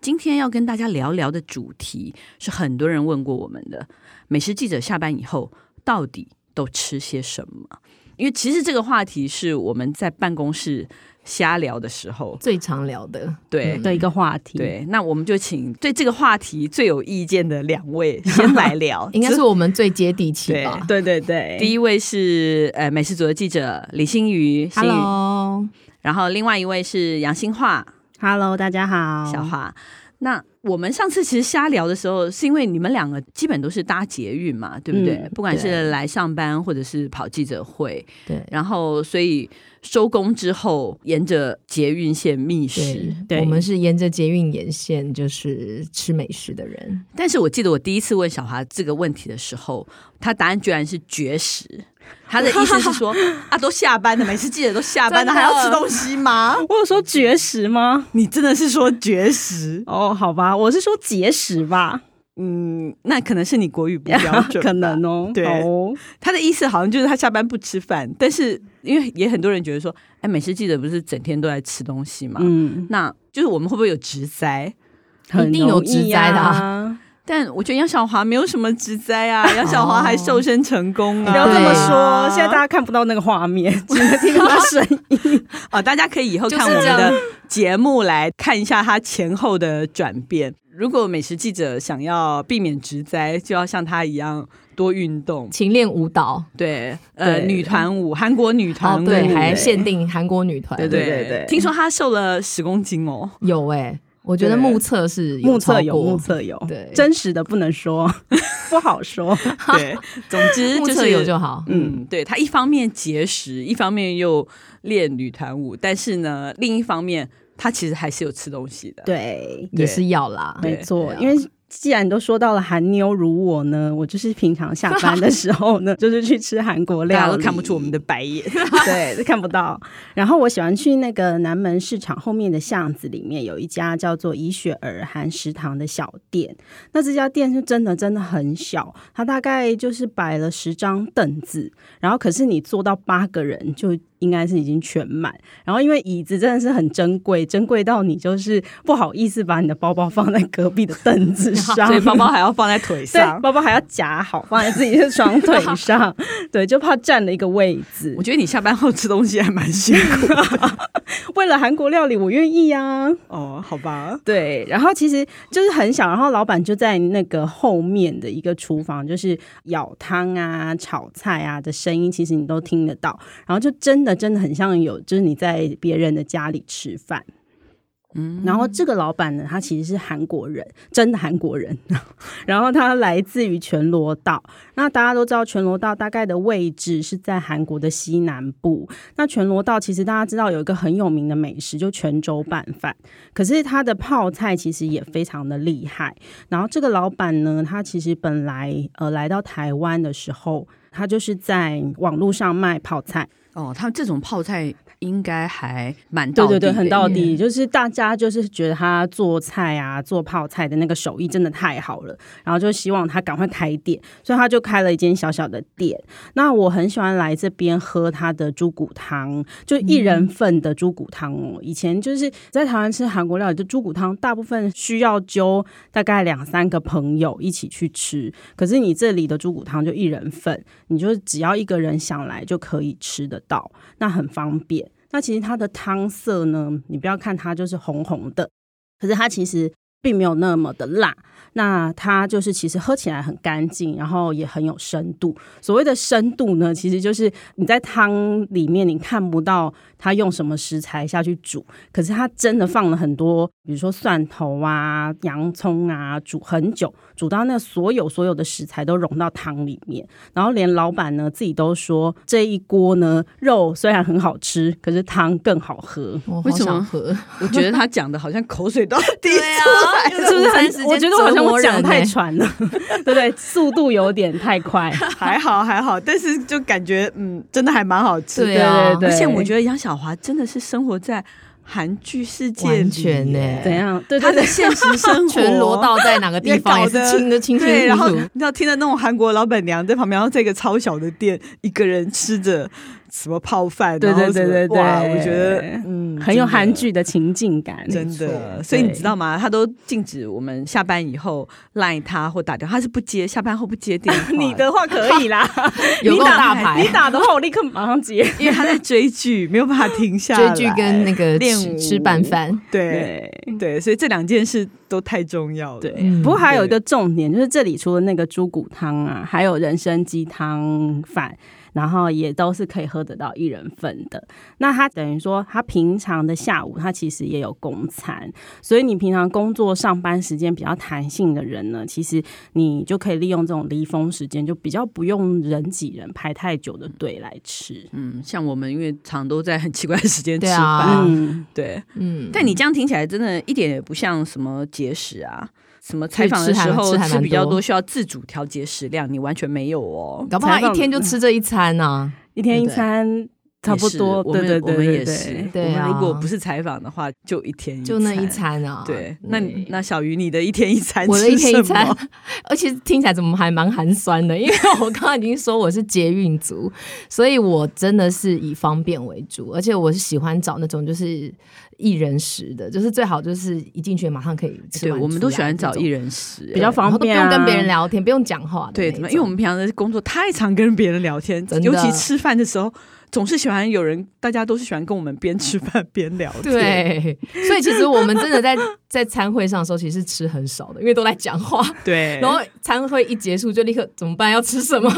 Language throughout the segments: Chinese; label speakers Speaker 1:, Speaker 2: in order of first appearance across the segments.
Speaker 1: 今天要跟大家聊聊的主题是很多人问过我们的：美食记者下班以后到底都吃些什么？因为其实这个话题是我们在办公室瞎聊的时候，
Speaker 2: 最常聊的，
Speaker 1: 对、
Speaker 2: 嗯
Speaker 3: 的一个话题。，
Speaker 1: 对，那我们就请对这个话题最有意见的两位先来聊
Speaker 2: ，应该是我们最接地气
Speaker 1: 对
Speaker 2: 吧。
Speaker 3: 对对对，
Speaker 1: 第一位是呃美食组的记者李新瑜，新宇，
Speaker 2: Hello，
Speaker 1: 然后另外一位是杨新化，
Speaker 3: Hello，大家好，
Speaker 1: 小华。那我们上次其实瞎聊的时候，是因为你们两个基本都是搭捷运嘛，对不对？
Speaker 3: 嗯
Speaker 1: 不管是
Speaker 2: 对
Speaker 1: 来上班或者是跑记者会，
Speaker 2: 对
Speaker 1: 然后所以收工之后沿着捷运线觅食
Speaker 2: 对。，
Speaker 3: 对
Speaker 2: 我们是沿着捷运沿线，就是吃美食的人。
Speaker 1: 但是我记得我第一次问小华这个问题的时候，他答案居然是绝 食。他的意思是说啊，都下班了，每次记者都下班了，
Speaker 2: 真的
Speaker 1: 还要吃东西吗？
Speaker 3: 我有说绝食吗？
Speaker 1: 你真的是说绝食？
Speaker 3: 哦，好吧，我是说节食 吧，
Speaker 1: 嗯，那可能是你国语不 标准，
Speaker 3: 可能哦，
Speaker 1: 对
Speaker 3: 好哦，
Speaker 1: 他的意思好像就是他下班不吃饭，但是因为也很多人觉得说，哎，美食记者不是整天都在吃东西嘛？
Speaker 3: 嗯，
Speaker 1: 那就是我们会不会有职灾？
Speaker 3: 很
Speaker 2: 一定有
Speaker 3: 容易
Speaker 2: 职灾的
Speaker 3: 啊，
Speaker 1: 但我觉得杨小华没有什么职灾 啊，杨小华还瘦身成功啊！
Speaker 3: 不要这么
Speaker 2: 对
Speaker 3: 说，现在大家看不到那个画 面，只能听到声音。
Speaker 1: 哦，大家可以以后看
Speaker 2: 就是
Speaker 1: 我们
Speaker 2: 这样
Speaker 1: 的节目来看一下他前后的转变。如果美食记者想要避免职灾，就要像他一样多运动。
Speaker 2: 勤练舞蹈，
Speaker 1: 对，呃，
Speaker 3: 对
Speaker 1: 女团舞，韩国女
Speaker 2: 哦
Speaker 1: 团舞，
Speaker 2: 对，还
Speaker 3: 对
Speaker 2: 限定韩国女团，
Speaker 1: 对
Speaker 3: 对
Speaker 1: 对
Speaker 3: 对
Speaker 1: 听说她瘦了十公斤哦。
Speaker 2: 有哎、我觉得
Speaker 3: 对
Speaker 2: 目测是
Speaker 3: 目测
Speaker 2: 超
Speaker 3: 有，
Speaker 2: 过
Speaker 3: 目测有，
Speaker 2: 对
Speaker 3: 真实的不能说， 不好说。
Speaker 1: 对，总 之
Speaker 2: 目
Speaker 1: 就
Speaker 2: 测
Speaker 1: 是
Speaker 2: 有就好。
Speaker 1: 嗯，对他一方面节食，一方面又练女团舞，但是呢，另一方面他其实还是有吃东西的。
Speaker 3: 对，
Speaker 2: 也是要啦，
Speaker 3: 没错
Speaker 2: 对，啊
Speaker 3: 因为。既然你都说到了韩妞如我呢，我就是平常下班的时候呢，就是去吃韩国料理，
Speaker 1: 大家都看不出我们的白眼。
Speaker 3: 对，都看不到。然后我喜欢去那个南门市场后面的巷子里面有一家叫做伊雪儿韩食堂的小店。那这家店是真的真的很小，它大概就是摆了十张凳子，然后可是你坐到八个人就。应该是已经全满，然后因为椅子真的是很珍贵，珍贵到你就是不好意思把你的包包放在隔壁的凳子上，
Speaker 1: 所以包包还要放在腿
Speaker 3: 对
Speaker 1: 上。
Speaker 3: 包包还要夹好放在自己的 双腿上，对，就怕占了一个位置
Speaker 1: 我。觉得你下班后吃东西还蛮辛苦
Speaker 3: 为了韩国料理，我愿意啊。
Speaker 1: 哦，好吧？
Speaker 3: 对，然后其实就是很小，然后老板就在那个后面的一个厨房，就是舀汤啊、炒菜啊的声音，其实你都听得到。然后就真的真的很像有，就是你在别人的家里吃饭。嗯，然后这个老板呢，他其实是韩国人，真的韩国人。 然后他来自于全罗道，那大家都知道全罗道大概的位置是在韩国的西南部。那全罗道其实大家知道有一个很有名的美食，就泉州拌饭。可是他的泡菜其实也非常的厉害。然后这个老板呢，他其实本来呃来到台湾的时候，他就是在网络上卖泡菜，
Speaker 1: 哦，他们这种泡菜应该还蛮
Speaker 3: 对
Speaker 1: 到
Speaker 3: 对
Speaker 1: 底嗯
Speaker 3: 对，
Speaker 1: 的
Speaker 3: 很 到
Speaker 1: 耶。
Speaker 3: 底，就是大家就是觉得他做菜啊、做泡菜的那个手艺真的太好了，然后就希望他赶快开店，所以他就开了一间小小的店。那我很喜欢来这边喝他的猪骨汤，就一人份的猪骨汤哦。以前就是在台湾吃韩国料理，就猪骨汤大部分需要揪大概两三个朋友一起去吃，可是你这里的猪骨汤就一人份，你就只要一个人想来就可以吃得到。那很方便。那其实它的汤色呢，你不要看它就是红红的，可是它其实并没有那么的辣。那它就是其实喝起来很干净，然后也很有深度。所谓的深度呢，其实就是你在汤里面你看不到它用什么食材下去煮，可是它真的放了很多，比如说蒜头啊、洋葱啊，煮很久，煮到那所有所有的食材都融到汤里面。然后连老板呢自己都说，这一锅呢肉虽然很好吃，可可是汤更好喝。
Speaker 2: 我
Speaker 1: 为
Speaker 2: 好
Speaker 1: 什么
Speaker 2: 想喝，啊
Speaker 1: 我觉得他讲的好像口水都要滴出来。
Speaker 3: 是不是很
Speaker 1: 午餐时？间
Speaker 3: 我觉得我好像
Speaker 2: 折
Speaker 3: 我
Speaker 2: 磨人
Speaker 3: 讲太
Speaker 2: 欸
Speaker 3: 喘了， 对不对？速度有点太快。
Speaker 1: 还好还好，但是就感觉嗯，真的还蛮好吃
Speaker 2: 对啊
Speaker 3: 对对对
Speaker 1: 而且我觉得杨小华真的是生活在韩剧世界里耶，
Speaker 2: 完全欸
Speaker 3: 怎样？对
Speaker 1: 他
Speaker 3: 对
Speaker 1: 的
Speaker 3: 对，
Speaker 1: 现实生活
Speaker 2: 全罗到在哪个地
Speaker 1: 也
Speaker 2: 方
Speaker 1: 搞
Speaker 2: 也是
Speaker 1: 得
Speaker 2: 清的清清
Speaker 1: 对，然
Speaker 2: 楚
Speaker 1: 后
Speaker 2: 楚
Speaker 1: 你。知道听到那种韩国老板娘在旁边，然后在一个超小的店，一个人吃着什么泡饭，
Speaker 3: 对对
Speaker 1: 然后什么
Speaker 3: 对对对
Speaker 1: 哇，我觉得嗯
Speaker 3: 很有韩。剧的情境感，
Speaker 1: 真的真的，所以你知道吗？他都禁止我们下班以后赖他或打电话，他是不接，下班后不接电话。
Speaker 3: 对。你的话可以啦，
Speaker 2: 有
Speaker 3: 你
Speaker 2: 够
Speaker 3: 打
Speaker 2: 大
Speaker 3: 你
Speaker 2: 牌，
Speaker 3: 打的话我立刻马上接。
Speaker 1: 因为他在追剧，没有办法停下
Speaker 2: 追
Speaker 1: 来。
Speaker 2: 剧跟那个
Speaker 1: 练
Speaker 2: 吃
Speaker 1: 舞
Speaker 2: 吃拌饭，
Speaker 1: 对对，所以这两件事都太重要了。
Speaker 3: 对，
Speaker 2: 嗯
Speaker 3: 不过还有一个重点，就是这里除了那个猪骨汤啊，还有人参鸡汤饭，然后也都是可以喝得到一人份的。那他等于说，他平常的下午他其实也有公餐，所以你平常工作上班时间比较弹性的人呢，其实你就可以利用这种离峰时间，就比较不用人挤人排太久的队来吃。
Speaker 1: 嗯，像我们因为常都在很奇怪的时间吃
Speaker 2: 对啊
Speaker 1: 饭，
Speaker 3: 嗯，
Speaker 1: 对。
Speaker 2: 嗯，
Speaker 1: 但你这样听起来真的一点也不像什么节食啊，什么采
Speaker 2: 对
Speaker 1: 访的
Speaker 2: 吃还
Speaker 1: 时候
Speaker 2: 吃还
Speaker 1: 吃
Speaker 2: 蛮
Speaker 1: 比较
Speaker 2: 多
Speaker 1: 多，需要自主调节食量，你完全没有哦。
Speaker 2: 搞不好
Speaker 3: 采访
Speaker 2: 一天就吃这一餐啊，
Speaker 3: 一天一
Speaker 2: 对对
Speaker 3: 餐差不多，
Speaker 1: 也是
Speaker 3: 对对
Speaker 1: 我们我们
Speaker 3: 对对
Speaker 1: 也是
Speaker 3: 对。。
Speaker 2: 对
Speaker 1: 我
Speaker 2: 啊
Speaker 1: 们如果不是采访的话，就一天
Speaker 2: 就那一。餐啊。
Speaker 1: 对，那你那小鱼，你的一天一餐，
Speaker 2: 我的一天一餐，而且听起来怎么还蛮寒酸的？因 为我刚刚已经说我是捷运族，所以我真的是以方便为主，而且我是喜欢找那种就是一人食的，就是最好就是一进去马上可以吃
Speaker 1: 对，
Speaker 2: 完
Speaker 1: 我们都
Speaker 2: 出来
Speaker 1: 喜欢
Speaker 2: 那种
Speaker 1: 找一人食，
Speaker 2: 哎
Speaker 3: 比较方便啊
Speaker 2: 然后都不用跟别人聊天，不用讲话的那种。
Speaker 1: 对，怎么？因为我们平常的工作太常跟别人聊天
Speaker 2: 真，的
Speaker 1: 尤其吃饭的时候，总是喜欢有人，大家都是喜欢跟我们边吃饭边聊天。，
Speaker 2: 对，所以其实我们真的在在餐会上的时候，其实吃很少的，因为都在讲话。
Speaker 1: 对，
Speaker 2: 然后餐会一结束就立刻怎么办？要吃什么？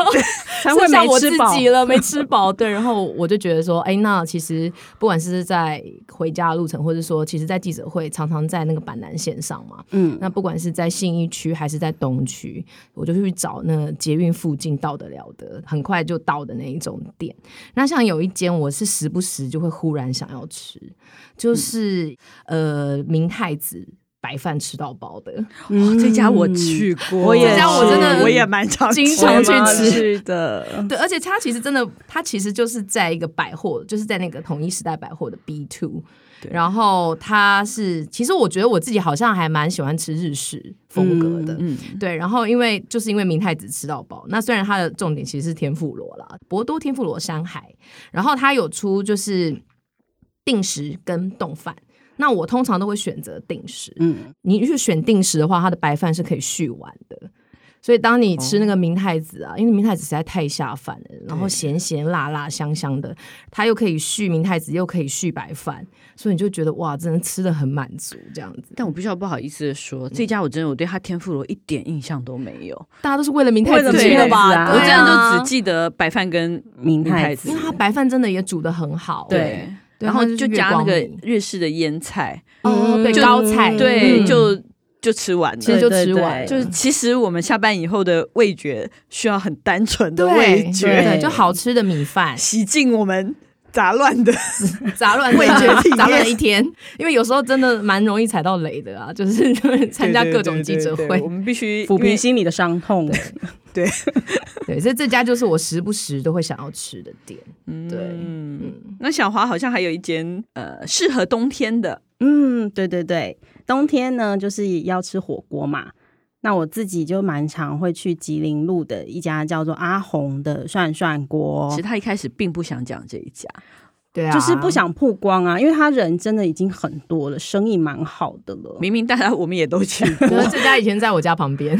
Speaker 3: 餐会
Speaker 2: 剩下
Speaker 3: 没
Speaker 2: 我
Speaker 3: 吃
Speaker 2: 自
Speaker 3: 饱，
Speaker 2: 己 了，没吃饱。对，然后我就觉得说，哎，那其实不管是在回家的路程，或者说其实，在记者会常常在那个板南线上嘛，
Speaker 3: 嗯，
Speaker 2: 那不管是在信义区还是在东区，我就去找那捷运附近到得了的，很快就到的那一种店。那像有一间，我是时不时就会忽然想要吃，就是、
Speaker 3: 嗯
Speaker 2: 呃明太子白饭吃到饱的，
Speaker 1: 哦这家我
Speaker 3: 嗯
Speaker 1: 去过，
Speaker 3: 我也这
Speaker 2: 家我真的
Speaker 1: 我也蛮常
Speaker 2: 经
Speaker 1: 吃的
Speaker 2: 常去吃
Speaker 3: 的。
Speaker 2: 对，而且它其实真的，它其实就是在一个百货，就是在那个统一时代百货的 B two，
Speaker 1: 对
Speaker 2: 然后它是，其实我觉得我自己好像还蛮喜欢吃日式风格的，
Speaker 1: 嗯，
Speaker 2: 对，然后因为就是因为明太子吃到饱，那虽然它的重点其实是天妇罗啦，博多天妇罗山海，然后它有出就是定时跟冻饭。那我通常都会选择定时，
Speaker 3: 嗯，
Speaker 2: 你去选定时的话，它的白饭是可以续碗的。所以当你
Speaker 1: 哦
Speaker 2: 吃那个明太子啊，因为明太子实在太下饭了，然后咸咸辣辣香香的，它又可以续明太子，又可以续白饭，所以你就觉得哇，真的吃的很满足这样子。
Speaker 1: 但我必须要不好意思的说，这家我真的我对他天妇罗一点印象都没有，
Speaker 2: 大家都是为了明太
Speaker 3: 为了
Speaker 2: 子
Speaker 3: 明
Speaker 2: 去
Speaker 3: 太
Speaker 2: 的
Speaker 3: 子
Speaker 2: 吧？
Speaker 3: 啊
Speaker 1: 我
Speaker 2: 对
Speaker 1: 这
Speaker 2: 啊
Speaker 1: 样就只记得白饭跟
Speaker 3: 明太
Speaker 1: 明
Speaker 3: 子
Speaker 2: 因为它白饭真的也煮的很好，欸
Speaker 1: 对，
Speaker 2: 对
Speaker 1: 然后就加那个
Speaker 2: 它就是月光米
Speaker 1: 日式的腌菜，
Speaker 2: 哦，对
Speaker 1: 就
Speaker 2: 高菜，
Speaker 3: 嗯
Speaker 1: 对，
Speaker 2: 嗯
Speaker 1: 就就吃完
Speaker 2: 其
Speaker 1: 了
Speaker 2: 实。就
Speaker 3: 对
Speaker 2: 吃
Speaker 3: 对
Speaker 2: 完，
Speaker 3: 对
Speaker 1: 就是其实我们下班以后的味觉需要很单纯的
Speaker 2: 对
Speaker 1: 味
Speaker 2: 对
Speaker 1: 觉，，
Speaker 2: 对，就好吃的米饭
Speaker 1: 洗净我们杂乱的。
Speaker 2: 杂乱的
Speaker 1: 味觉体验
Speaker 2: 杂乱的一天，因为有时候真的蛮容易踩到雷的啊，就是参加各种记者
Speaker 1: 对对对对
Speaker 2: 会
Speaker 1: 我，们必须
Speaker 3: 抚
Speaker 1: 因
Speaker 3: 平
Speaker 1: 为
Speaker 3: 心里的伤痛。
Speaker 2: 对，所以这家就是我时不时都会想要吃的店，对，
Speaker 1: 嗯，
Speaker 2: 嗯，
Speaker 1: 那小华好像还有一间呃适合冬天的，
Speaker 3: 嗯，对对对，冬天呢就是要吃火锅嘛。那我自己就蛮常会去吉林路的一家叫做阿红的涮涮锅
Speaker 1: 其实，他一开始并不想讲这一家，
Speaker 2: 对啊，
Speaker 3: 就是不想曝光啊，因为他人真的已经很多了，生意蛮好的了，
Speaker 1: 明明大家我们也都 去
Speaker 2: 可能
Speaker 1: 过，
Speaker 2: 这家以前在我家旁边，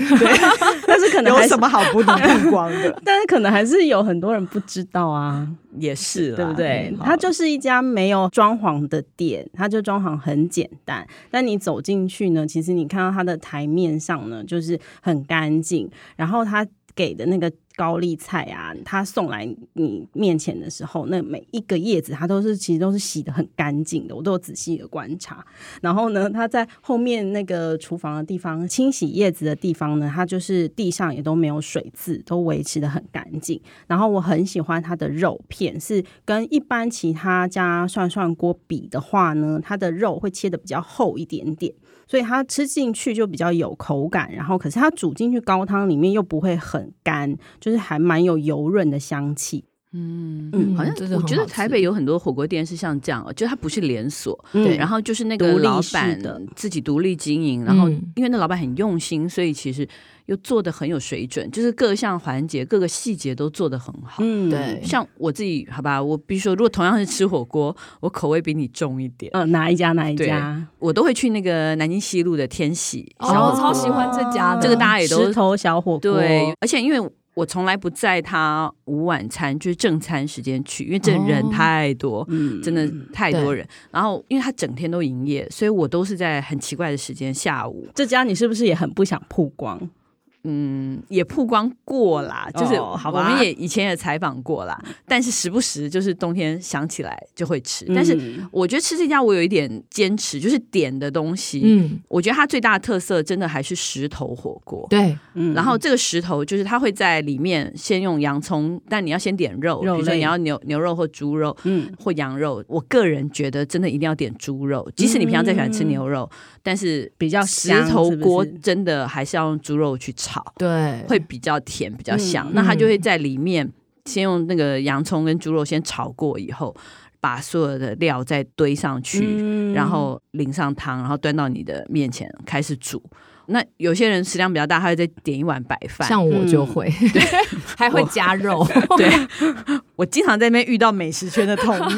Speaker 3: 但是可能
Speaker 1: 有
Speaker 3: 还是
Speaker 1: 什，么好不能曝光 的？
Speaker 3: 但是可能还是有很多人不知道啊。
Speaker 1: 也是啦，
Speaker 3: 对不对
Speaker 1: 嗯？
Speaker 3: 它就是一家没有装潢的店，它就装潢很简单。但你走进去呢，其实你看到它的台面上呢，就是很干净，然后它给的那个。高丽菜啊，它送来你面前的时候，那每一个叶子它都是其实都是洗的很干净的，我都有仔细的观察。然后呢，它在后面那个厨房的地方清洗叶子的地方呢，它就是地上也都没有水渍，都维持的很干净。然后我很喜欢它的肉片，是跟一般其他家涮涮锅比的话呢，它的肉会切的比较厚一点点，所以它吃进去就比较有口感，然后可是它煮进去高汤里面又不会很干，就是还蛮有油润的香气。嗯
Speaker 1: 好像
Speaker 2: 真的
Speaker 1: 我
Speaker 2: 很
Speaker 1: 觉得
Speaker 2: 好吃
Speaker 1: 台北有很多火锅店是像这样哦，就它不是连锁，
Speaker 3: 对
Speaker 1: 然
Speaker 3: 后
Speaker 1: 后就是那个
Speaker 3: 独立
Speaker 1: 老
Speaker 3: 式
Speaker 1: 板
Speaker 3: 的
Speaker 1: 自己独立经营，然后
Speaker 2: 嗯
Speaker 1: 因为那老板很用心，所以其实又做的很有水准，就是各项环节、各个细节都做的很好。
Speaker 3: 嗯
Speaker 2: 对
Speaker 1: 像我自己，好吧，我必须说，如果同样是吃火锅，我口味比你重一点，
Speaker 3: 呃，哪一家哪一
Speaker 1: 对
Speaker 3: 家？
Speaker 1: 我都会去那个南京西路的天喜
Speaker 2: 哦
Speaker 1: 小火锅，
Speaker 2: 我超喜欢这家的
Speaker 1: 啊这个大家也都
Speaker 3: 石头小火锅，
Speaker 1: 对，，而且因为我从来不在他午晚餐，就是正餐时间去，因为这人
Speaker 2: 哦
Speaker 1: 太多，
Speaker 3: 嗯
Speaker 1: 真的太多
Speaker 2: 对
Speaker 1: 人。然后因为他整天都营业，所以我都是在很奇怪的时间，下午
Speaker 3: 这家你是不是也很不想曝光？
Speaker 1: 嗯也曝光过啦，就是
Speaker 3: 哦好
Speaker 1: 我
Speaker 3: 吧
Speaker 1: 们也以前也采访过啦，但是时不时就是冬天想起来就会吃，但是。
Speaker 3: 嗯
Speaker 1: 我觉得吃这家我有一点坚持，就是点的东西，
Speaker 2: 嗯，
Speaker 1: 我觉得它最大的特色真的还是石头火锅。
Speaker 2: 对，
Speaker 3: 嗯
Speaker 1: 然后这个石头就是它会在里面先用洋葱，但你要先点肉，
Speaker 3: 肉
Speaker 1: 比如说
Speaker 3: 类
Speaker 1: 你要牛牛肉或猪肉
Speaker 3: 嗯，
Speaker 1: 或羊肉。我个人觉得真的一定要点猪肉，即使你平常再喜欢吃牛肉，但是
Speaker 3: 嗯比较
Speaker 1: 石
Speaker 3: 香
Speaker 1: 头
Speaker 3: 是不
Speaker 1: 锅
Speaker 3: 是
Speaker 1: 真的还是要用猪肉去炒，
Speaker 2: 对，
Speaker 1: 会比较甜，比较香。
Speaker 3: 嗯
Speaker 1: 那它就会在里面先用那个洋葱跟猪肉先炒过以后，把所有的料再堆上去，
Speaker 3: 嗯
Speaker 1: 然后淋上汤，然后端到你的面前开始煮。那有些人食量比较大，他会再点一碗白饭。
Speaker 2: 像我就会， 还会加肉，
Speaker 1: 嗯 对，我经常在那边遇到美食圈的同业，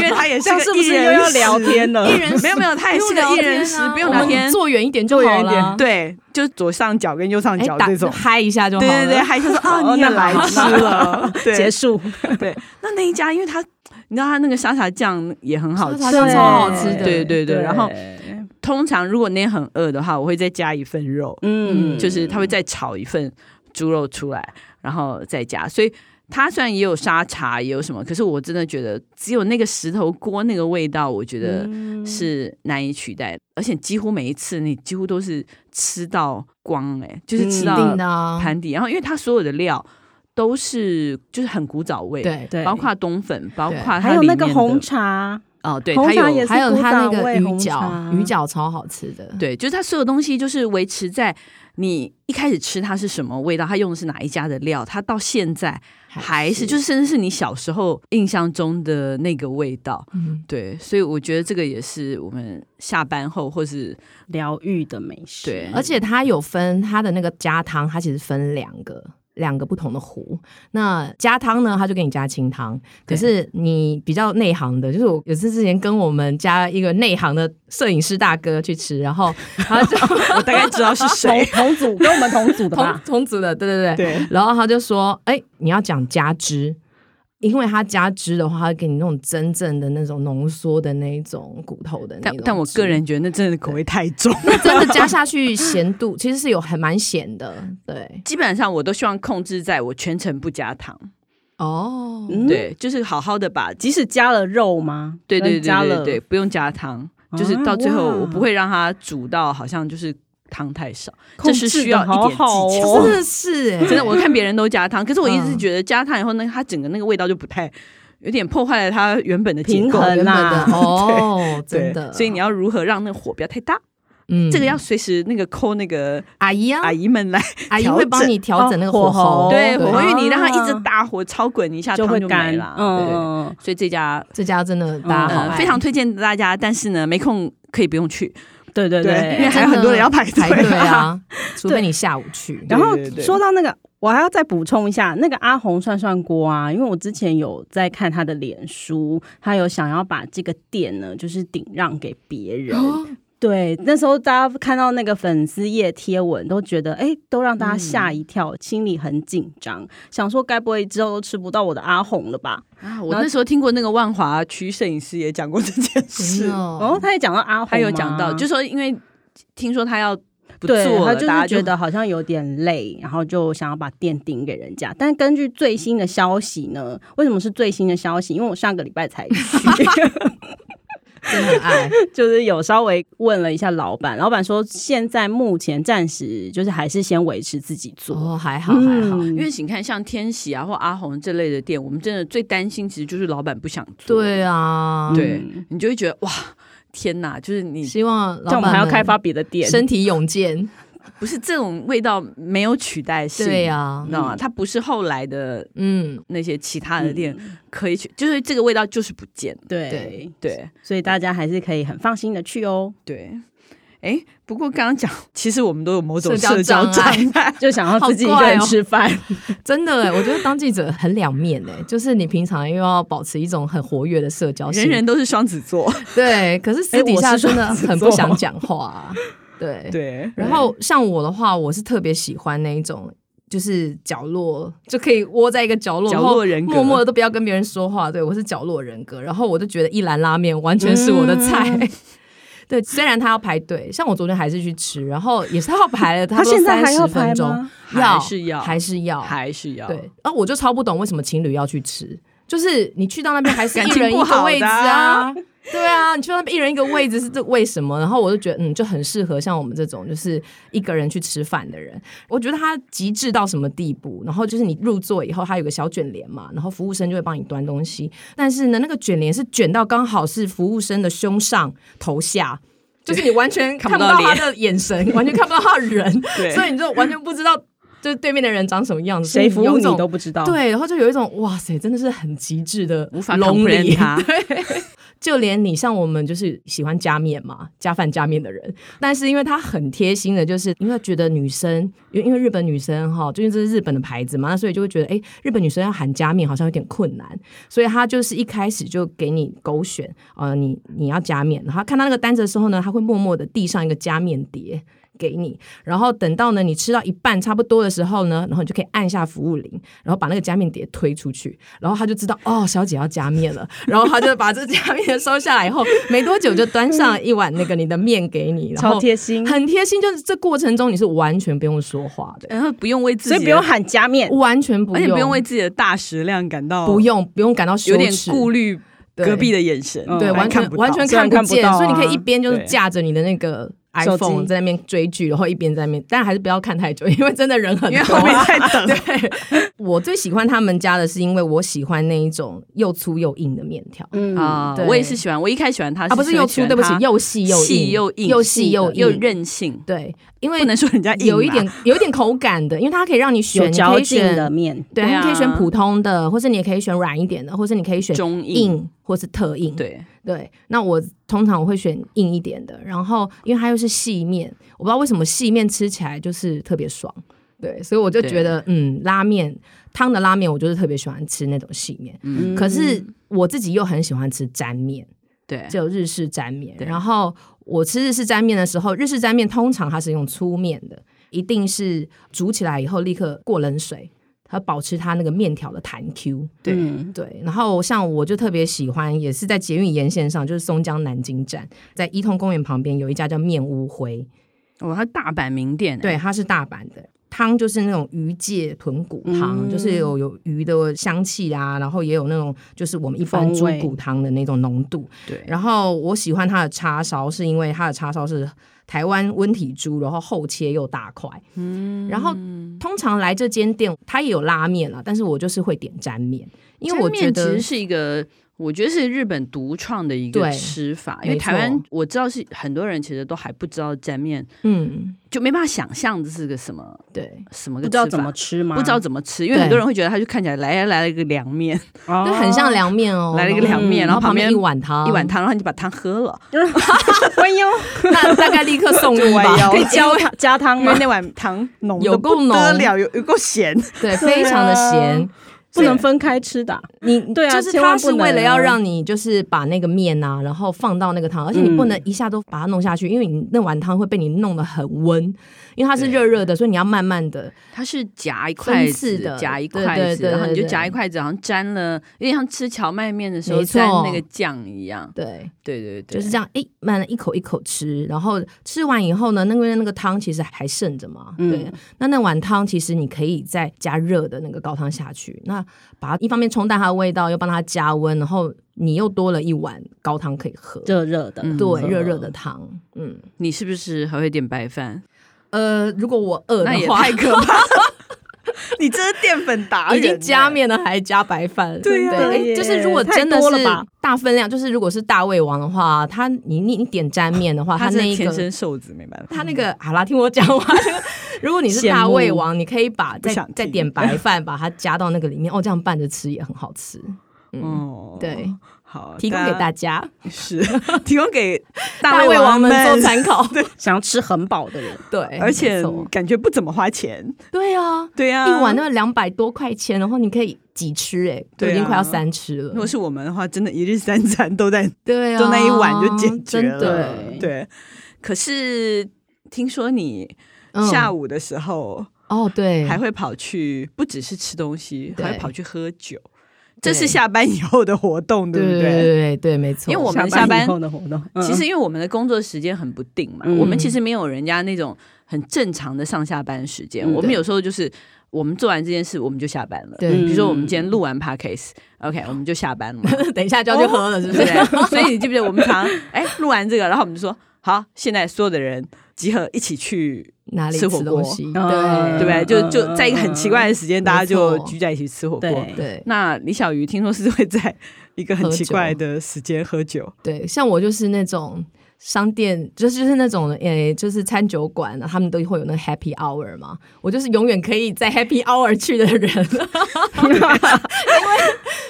Speaker 1: 因为他也
Speaker 3: 这
Speaker 1: 是
Speaker 3: 样
Speaker 1: 个
Speaker 3: 是不
Speaker 1: 艺
Speaker 3: 是又
Speaker 1: 人
Speaker 3: 要
Speaker 1: 食
Speaker 3: 聊？天了？
Speaker 1: 艺 人食没有没有，他也是个艺人食，不用聊
Speaker 2: 啊我
Speaker 1: 天
Speaker 2: 们。坐远一点就
Speaker 3: 坐远
Speaker 2: 好
Speaker 3: 一点
Speaker 2: 了，啊
Speaker 1: 对，就是左上角跟右上
Speaker 2: 哎，
Speaker 1: 角
Speaker 2: 打
Speaker 1: 这种。
Speaker 2: 嗨一下就好
Speaker 1: 对对对，
Speaker 2: 了。
Speaker 1: 还 是说啊，
Speaker 3: 哦
Speaker 1: 你也
Speaker 3: 那
Speaker 1: 来
Speaker 3: 好
Speaker 1: 吃了，
Speaker 3: 结
Speaker 1: 对
Speaker 3: 束，
Speaker 1: 对。那那一家，因为他，你知道他那个沙茶酱也很好吃，
Speaker 2: 沙茶酱超好吃的
Speaker 1: 对对对。然后
Speaker 3: 嗯
Speaker 1: 通常如果那天很饿的话，我会再加一份肉，
Speaker 3: 嗯
Speaker 1: 就是他会再炒一份猪肉出来，然后再加。所以它虽然也有沙茶，也有什么，可是我真的觉得只有那个石头锅那个味道，我觉得
Speaker 3: 嗯
Speaker 1: 是难以取代的。而且几乎每一次你几乎都是吃到光、欸，就是吃
Speaker 3: 嗯
Speaker 2: 一
Speaker 1: 到
Speaker 2: 定的啊，
Speaker 1: 盘底。然后因为它所有的料都是就是很古早味，，
Speaker 2: 对，
Speaker 3: 对，
Speaker 1: 包括冬粉，包括
Speaker 2: 对
Speaker 1: 它
Speaker 3: 还有
Speaker 1: 里
Speaker 3: 那个
Speaker 1: 面的
Speaker 3: 红茶，
Speaker 1: 哦，对，
Speaker 3: 红
Speaker 1: 它
Speaker 3: 茶
Speaker 1: 有
Speaker 3: 也是
Speaker 2: 还有它那
Speaker 3: 古早
Speaker 2: 个
Speaker 3: 味
Speaker 2: 鱼
Speaker 3: 红
Speaker 2: 饺
Speaker 3: 茶，
Speaker 2: 鱼饺超好吃的，
Speaker 1: 对，就是它所有东西就是维持在你一开始吃它是什么味道，它用的是哪一家的料，它到现在还是就是甚至是你小时候印象中的那个味道。
Speaker 2: 嗯
Speaker 1: 对，所以我觉得这个也是我们下班后或 是
Speaker 3: 疗愈的美食，
Speaker 1: 对
Speaker 2: 而且它有分它的那个加汤，它其实分两个。两个不同的壶，那加汤呢，它就给你加清汤。
Speaker 1: 对
Speaker 2: 可是你比较内行的，就是我有次之前跟我们家一个内行的摄影师大哥去吃， 然后他就
Speaker 1: 我大概知道是
Speaker 3: 同
Speaker 1: 谁。
Speaker 3: 同组跟我们同组 的
Speaker 2: 同
Speaker 3: 吧，
Speaker 2: 同组的，对对对。
Speaker 3: 对，
Speaker 2: 然后他就说：“哎、你要讲加汁，因为他加汁的话，他会给你那种真正的那种浓缩的那一种骨头的那
Speaker 1: 但
Speaker 2: 种
Speaker 1: 但我
Speaker 2: 汁
Speaker 1: 个人觉得那真的口味太 重，
Speaker 2: 那 真的加下去咸度其实是有还蛮咸的，对。
Speaker 1: 基本上我都希望控制在我全程不加糖，
Speaker 2: 哦
Speaker 3: 嗯，
Speaker 1: 对，就是好好的把，
Speaker 3: 即使加了肉吗？
Speaker 1: 对对对
Speaker 3: 跟加
Speaker 1: 对
Speaker 3: 了
Speaker 1: 对，对不用加糖，
Speaker 3: 啊
Speaker 1: 就是到最后
Speaker 3: 哇
Speaker 1: 我不会让它煮到好像就是汤太少，这
Speaker 3: 控
Speaker 1: 是
Speaker 3: 制
Speaker 1: 需
Speaker 3: 得
Speaker 1: 要一点
Speaker 3: 好
Speaker 1: 技
Speaker 3: 好
Speaker 1: 巧。
Speaker 3: 哦
Speaker 2: 真的是哎、
Speaker 1: 真的，我看别人都加糖，可是我一直
Speaker 2: 嗯
Speaker 1: 觉得加糖以后呢，它整个那个味道就不太，有点破坏了它原本的结
Speaker 3: 平
Speaker 1: 构。
Speaker 3: 衡
Speaker 2: 原本 的
Speaker 3: 啦
Speaker 2: 哦，
Speaker 1: 啊对
Speaker 2: 真的。
Speaker 1: 所以你要如何让那个火不要太大？
Speaker 2: 嗯
Speaker 1: 这个要随时那个抠那个
Speaker 2: 阿姨啊，
Speaker 1: 阿姨们来，
Speaker 2: 阿姨
Speaker 1: 调
Speaker 2: 会帮你调整那个
Speaker 3: 嗯哦火
Speaker 2: 候。
Speaker 3: 候
Speaker 1: 对，火
Speaker 3: 对
Speaker 1: 候，因为你让它
Speaker 3: 啊
Speaker 1: 一直大火超滚一下，
Speaker 3: 就会
Speaker 1: 汤就
Speaker 3: 干
Speaker 1: 没了。对，
Speaker 3: 嗯，
Speaker 1: 所以这家
Speaker 2: 这家真的大家好
Speaker 1: 呃
Speaker 2: 爱，
Speaker 1: 非常推荐大家，但是呢没空可以不用去，
Speaker 3: 对嗯对
Speaker 1: 对因为
Speaker 3: 对。
Speaker 1: 还有很多人要排队啊
Speaker 2: 排队啊，除非你下午去。
Speaker 3: 然后
Speaker 1: 对对对
Speaker 3: 说到那个，我还要再补充一下，那个阿红涮涮锅啊，因为我之前有在看他的脸书，他有想要把这个店呢，就是顶让给别人。对，那时候大家看到那个粉丝页贴文，都觉得哎、诶都让大家吓
Speaker 1: 嗯
Speaker 3: 一跳，心里很紧张，想说该不会之后都吃不到我的阿红了吧？
Speaker 1: 啊， 我那时候听过那个万华区摄影师也讲过这件
Speaker 2: 真
Speaker 1: 事
Speaker 2: 的，
Speaker 3: 哦
Speaker 2: 哦，，
Speaker 3: 他也讲到阿红吗，啊
Speaker 1: 他有讲到，就说因为听说他要不做
Speaker 3: 对他
Speaker 1: 了，
Speaker 3: 就
Speaker 1: 大家
Speaker 3: 是觉得好像有点累，然后就想要把店顶给人家。但根据最新的消息呢，为什么是最新的消息？因为我上个礼拜才去，
Speaker 2: 真的爱，
Speaker 1: 哦
Speaker 3: 就是有稍微问了一下老板，老板说现在目前暂时就是还是先维持自己做。嗯
Speaker 2: 哦，还好还好。
Speaker 1: 因为你看，像天喜啊或阿红这类的店，我们真的最担心其实就是老板不想做。
Speaker 3: 嗯
Speaker 2: 对啊，
Speaker 1: 对，你就会觉得哇，天哪，就是你
Speaker 2: 希望
Speaker 3: 这样
Speaker 2: 老
Speaker 3: 我们
Speaker 2: 板
Speaker 3: 还要开发别的店，
Speaker 2: 身体勇健，
Speaker 1: 不是这种味道没有取代性，
Speaker 2: 对呀、
Speaker 1: 你知道吗？它不是后来的
Speaker 2: 嗯，
Speaker 1: 那些其他的店可以去，就是这个味道就是不见了。
Speaker 3: 对
Speaker 2: 对
Speaker 1: 对
Speaker 3: 所以大家还是可以很放心的去哦。
Speaker 1: 对，哎，不过刚刚讲，其实我们都有某种
Speaker 2: 社交
Speaker 1: 社交障
Speaker 2: 障碍
Speaker 1: 碍，
Speaker 3: 就想要自己一个人
Speaker 2: 哦
Speaker 3: 吃饭，
Speaker 2: 真的哎，我觉得当记者很两面哎， 就是你平常又要保持一种很活跃的社交性，
Speaker 1: 人人都是双子座，
Speaker 2: 对，可是私底
Speaker 3: 哎
Speaker 2: 下
Speaker 3: 我是
Speaker 2: 真的很
Speaker 3: 座
Speaker 2: 不想讲话啊、对。
Speaker 1: 对，
Speaker 2: 然后像我的话，我是特别喜欢那一种，就是角落就可以窝在一个角落，
Speaker 1: 角
Speaker 2: 然后
Speaker 1: 落人格
Speaker 2: 默默的都不要跟别人说话。对我是角落人格，然后我就觉得一兰拉面完全是我的菜。 对，虽然他要排队，像我昨天还是去吃，然后也是他要排了，
Speaker 3: 他
Speaker 2: 差不多
Speaker 3: 现在还要
Speaker 2: 30分钟
Speaker 3: 排吗
Speaker 1: 还是要
Speaker 2: 还是要，
Speaker 1: 还是要
Speaker 2: 对。然后我就超不懂为什么情侣要去吃，就是你去到那边还是
Speaker 1: 感
Speaker 2: 一
Speaker 1: 情
Speaker 2: 人
Speaker 1: 不
Speaker 2: 一个
Speaker 1: 好
Speaker 2: 位置
Speaker 1: 的
Speaker 2: 啊
Speaker 1: 啊。
Speaker 2: 对啊，你去那边一人一个位置是这为什么？然后我就觉得，嗯，就很适合像我们这种就是一个人去吃饭的人。我觉得他极致到什么地步？然后就是你入座以后，他有个小卷帘嘛，然后服务生就会帮你端东西。但是呢，那个卷帘是卷到刚好是服务生的胸上头下。就是你完全
Speaker 1: 看
Speaker 2: 看不
Speaker 1: 不
Speaker 2: 到
Speaker 1: 到
Speaker 2: 他的眼神，完全看不到他的人，
Speaker 1: 对
Speaker 2: 所以你就完全不 知道，就是对面的人长什么样子，
Speaker 3: 谁服务
Speaker 2: 有一
Speaker 3: 你
Speaker 2: 种
Speaker 3: 都不知道。，
Speaker 2: 对，然后就有一种哇塞，真的是很极致的
Speaker 1: 无法
Speaker 2: lonely，
Speaker 1: comprehend 它
Speaker 2: 对就连你像我们就是喜欢加面嘛，加饭加面的人，但是因为他很贴心的，就是因为觉得女生，因为因为日本女生哈，就是这是日本的牌子嘛，那所以就会觉得哎，日本女生要喊加面好像有点困难，所以他就是一开始就给你勾选，呃，你你要加面，然后看到那个单子的时候呢，他会默默的递上一个加面碟给你，然后等到呢你吃到一半差不多的时候呢，然后你就可以按下服务铃，然后把那个加面碟推出去，然后他就知道哦，小姐要加面了，然后他就把这加面收下来以后，没多久就端上一碗那个你的面给你，然后
Speaker 3: 超贴心，
Speaker 2: 很贴心，就是这过程中你是完全不用说话的，
Speaker 1: 然后不用为自己
Speaker 3: 所
Speaker 1: 的，
Speaker 3: 以不用喊加面。
Speaker 2: 完全不
Speaker 1: 而且
Speaker 2: 用，
Speaker 1: 不用为自己的大食量感到
Speaker 2: 不用不用感到羞
Speaker 1: 有点
Speaker 2: 耻，
Speaker 1: 顾虑
Speaker 2: 对
Speaker 1: 隔壁的眼神，
Speaker 3: 嗯
Speaker 2: 对，
Speaker 3: 还
Speaker 2: 完
Speaker 3: 看
Speaker 2: 全
Speaker 3: 不到
Speaker 2: 完全
Speaker 3: 虽然
Speaker 2: 不
Speaker 3: 看不
Speaker 2: 见，
Speaker 3: 到
Speaker 2: 所以你可以
Speaker 3: 啊
Speaker 2: 一边就是
Speaker 1: 对
Speaker 2: 架着你的那个
Speaker 3: 手
Speaker 2: iPhone
Speaker 3: 机
Speaker 2: 在那边追剧，然后一边在那边，但还是不要看太久， 因为真的人很
Speaker 1: 因为
Speaker 2: 多啊
Speaker 1: 后。面在等。
Speaker 2: 我最喜欢他们家的是，因为我喜欢那一种又粗又硬的面条。
Speaker 3: 嗯
Speaker 1: 啊
Speaker 2: 对，
Speaker 1: 我也是喜欢，我一开始喜欢它
Speaker 2: 啊，不是又
Speaker 1: 喜
Speaker 2: 粗，
Speaker 1: 欢
Speaker 2: 对不起
Speaker 1: 它，
Speaker 2: 又细又
Speaker 1: 细
Speaker 2: 硬，
Speaker 1: 又硬，
Speaker 2: 又细又
Speaker 1: 又
Speaker 2: 硬，
Speaker 1: 任性，
Speaker 2: 对，因为
Speaker 1: 不能说人家硬
Speaker 2: 有一
Speaker 1: 啦
Speaker 2: 点有一点口感的，因为它可以让你选，
Speaker 3: 有
Speaker 2: 你
Speaker 3: 嚼
Speaker 2: 可以
Speaker 3: 劲
Speaker 2: 选
Speaker 3: 的，面，
Speaker 2: 对，
Speaker 1: 对
Speaker 2: 你可以
Speaker 1: 啊
Speaker 2: 选普通的，或是你也可以选软一点的，或是你可以选
Speaker 1: 中硬，
Speaker 2: 硬或是特硬，
Speaker 1: 对，
Speaker 2: 对，那我通常我会选硬一点的，然后因为它又是细面，我不知道为什么细面吃起来就是特别爽。对，所以我就
Speaker 1: 对
Speaker 2: 觉得，嗯，拉面汤的拉面，我就是特别喜欢吃那种细面。
Speaker 1: 嗯，
Speaker 2: 可是我自己又很喜欢吃沾面，
Speaker 1: 对，
Speaker 2: 只有日式沾面。
Speaker 1: 对
Speaker 2: 然后我吃日式沾面的时候，日式沾面通常它是用粗面的，一定是煮起来以后立刻过冷水，它保持它那个面条的弹 Q。
Speaker 1: 对
Speaker 3: 嗯
Speaker 2: 对，然后像我就特别喜欢，也是在捷运沿线上，就是松江南京站，在一通公园旁边有一家叫面屋灰，
Speaker 1: 哇，它大阪名店，
Speaker 2: 对，，它是大阪的。汤就是那种鱼介豚骨汤，
Speaker 3: 嗯
Speaker 2: 就是有有鱼的香气啊，然后也有那种就是我们一般
Speaker 3: 风
Speaker 2: 猪
Speaker 3: 味
Speaker 2: 骨汤的那种浓度。
Speaker 1: 对
Speaker 2: 然后我喜欢它的叉烧，是因为它的叉烧是台湾温体猪，然后厚切又大块。嗯，然后通常来这间店，它也有拉面啊，但是我就是会点沾面，因为我
Speaker 1: 沾
Speaker 2: 觉
Speaker 1: 面
Speaker 2: 得
Speaker 1: 其实是一个。我觉得是日本独创的一个
Speaker 2: 对
Speaker 1: 吃法，
Speaker 2: 没
Speaker 1: 因为台湾
Speaker 2: 错
Speaker 1: 我知道是很多人其实都还不知道沾面，
Speaker 2: 嗯，
Speaker 1: 就没办法想象这是个什么
Speaker 2: 对，
Speaker 1: 什么
Speaker 3: 不
Speaker 1: 个
Speaker 3: 知道
Speaker 1: 吃
Speaker 3: 怎
Speaker 1: 法
Speaker 3: 么吃吗？
Speaker 1: 不知 道，怎么吃，因为
Speaker 2: 对
Speaker 1: 很多人会觉得它就看起来来来了一个凉面，
Speaker 3: 哦
Speaker 2: 就很像凉面哦，
Speaker 1: 来了一个
Speaker 2: 然后
Speaker 1: 凉面，
Speaker 3: 嗯
Speaker 1: 然后
Speaker 2: 旁
Speaker 1: 旁边
Speaker 2: 一碗汤，
Speaker 1: 一碗，汤，然后你就把汤喝了，
Speaker 3: 哎呦，
Speaker 2: 那大 概立刻送医
Speaker 1: 弯
Speaker 2: 吧
Speaker 1: 腰，
Speaker 3: 可以 加加汤
Speaker 1: 因为
Speaker 3: 吗？
Speaker 1: 那碗汤浓
Speaker 2: 有
Speaker 1: 得
Speaker 2: 够
Speaker 1: 不得
Speaker 2: 浓
Speaker 1: 了，有有够咸，
Speaker 2: 对，非常的咸。
Speaker 3: 不能分开吃的啊，
Speaker 2: 你
Speaker 3: 对啊
Speaker 2: 就是
Speaker 3: 千
Speaker 2: 它
Speaker 3: 万
Speaker 2: 是
Speaker 3: 不能啊
Speaker 2: 为了要让你就是把那个面啊，然后放到那个汤，而且
Speaker 1: 嗯
Speaker 2: 你不能一下都把它弄下去，因为你那碗汤会被你弄得很温，因为它是热热的，所以你要慢慢的。
Speaker 1: 它是夹一筷
Speaker 2: 分次
Speaker 1: 子
Speaker 2: 的
Speaker 1: 夹一
Speaker 2: 对
Speaker 1: 筷子，
Speaker 2: 对对
Speaker 1: 然后你
Speaker 2: 对
Speaker 1: 就
Speaker 2: 对
Speaker 1: 夹一筷子，好像沾了，有点像吃荞麦面的时候
Speaker 2: 没错
Speaker 1: 沾那个酱一样。
Speaker 2: 对，
Speaker 1: 对对对，
Speaker 2: 就是这样，哎，慢慢一口一口吃，然后吃完以后呢，那个那个汤其实还剩着嘛，
Speaker 3: 嗯
Speaker 2: 对，那那碗汤其实你可以再加热的那个高汤下去，那把它一方面冲淡它的味道，又帮它加温，然后你又多了一碗高汤可以喝，
Speaker 3: 热热的，
Speaker 1: 嗯
Speaker 2: 对，热热的汤，嗯，
Speaker 1: 你是不是还会点白 饭？
Speaker 2: 呃，如果我饿
Speaker 1: 那
Speaker 2: 的
Speaker 1: 也
Speaker 2: 话
Speaker 1: 太，可怕了！ 你这是淀粉达人、
Speaker 2: 已经加。面了还加白饭，
Speaker 1: 对啊
Speaker 2: 诶
Speaker 3: 耶
Speaker 2: 就是如果
Speaker 3: 太
Speaker 2: 真的
Speaker 3: 多了
Speaker 2: 是
Speaker 3: 吧
Speaker 2: 大分量，就是如果是大胃王的话，他你你你点沾面的话，他
Speaker 1: 他
Speaker 2: 那
Speaker 1: 是
Speaker 2: 一
Speaker 1: 天
Speaker 2: 个
Speaker 1: 生瘦子，没办法。
Speaker 2: 他那个好啦，听我讲完。 如果你是大胃王，你可以把
Speaker 1: 不
Speaker 2: 再
Speaker 1: 想听
Speaker 2: 再点白饭，把它加到那个里面哦，这样拌着吃也很好吃。嗯，
Speaker 1: 哦，
Speaker 2: 对，
Speaker 1: 好，
Speaker 2: 提供给大
Speaker 1: 家
Speaker 2: 家
Speaker 1: 是 提供给
Speaker 2: 大胃
Speaker 1: 胃
Speaker 2: 王们做
Speaker 1: 们，
Speaker 2: 参考。
Speaker 3: 想要吃很饱的人，
Speaker 2: 对，
Speaker 1: 而且
Speaker 2: 没错
Speaker 1: 感觉不怎么花钱。
Speaker 2: 对啊，
Speaker 1: 对呀，
Speaker 2: 一碗那两百多块钱，然后你可以几吃哎、都已
Speaker 1: 对
Speaker 2: 经
Speaker 1: 啊
Speaker 2: 快要三吃
Speaker 1: 如果
Speaker 2: 了。
Speaker 1: 是我们的话，真的一日三餐都在
Speaker 2: 对啊，
Speaker 1: 就那一碗就解决
Speaker 2: 真
Speaker 1: 了
Speaker 2: 的。
Speaker 1: 对，可是听说你
Speaker 2: 嗯
Speaker 1: 下午的时候
Speaker 2: 哦，对，
Speaker 1: 还会跑去，不只是吃东西，
Speaker 2: 对
Speaker 1: 还会跑去喝酒，这是
Speaker 2: 对
Speaker 1: 下班以后的活动，对
Speaker 2: 对
Speaker 1: 不
Speaker 2: 对对
Speaker 1: 对？
Speaker 2: 对对，没错。
Speaker 1: 因为我们下
Speaker 3: 下
Speaker 1: 班
Speaker 3: 以后的活动，嗯
Speaker 1: 其实因为我们的工作时间很不定嘛，
Speaker 3: 嗯
Speaker 1: 我们其实没有人家那种很正常的上下班时间，
Speaker 3: 嗯
Speaker 1: 我们
Speaker 2: 对
Speaker 1: 有时候就是我们做完这件事我们就下班了。
Speaker 2: 对
Speaker 1: 比如说我们
Speaker 3: 嗯
Speaker 1: 今天录完 podcast，OK，、我们就下班 了嘛。
Speaker 2: 等一下就要去喝了，是不
Speaker 1: 对
Speaker 2: 是？
Speaker 1: 不对？所以你记不记得我们常哎录完这个，然后我们就说好，现在所有的人集合一起去，
Speaker 2: 哪里
Speaker 1: 吃
Speaker 2: 吃
Speaker 1: 火锅
Speaker 2: 东西？
Speaker 3: 嗯
Speaker 1: 对
Speaker 2: 对
Speaker 1: 不哦对？
Speaker 3: 嗯
Speaker 1: 就
Speaker 3: 嗯
Speaker 1: 就在一个很奇怪的时间，
Speaker 2: 嗯
Speaker 1: 大家就
Speaker 2: 没错
Speaker 1: 聚在一起吃火锅。
Speaker 3: 对
Speaker 2: 对
Speaker 1: 那李小鱼听说是会在一个很
Speaker 2: 喝酒
Speaker 1: 奇怪的时间喝酒，
Speaker 2: 对，像我就是那种。商店就是就是那种诶、就是餐酒馆，啊他们都会有那个 Happy Hour 嘛。我就是永远可以在 Happy Hour 去的人， 因为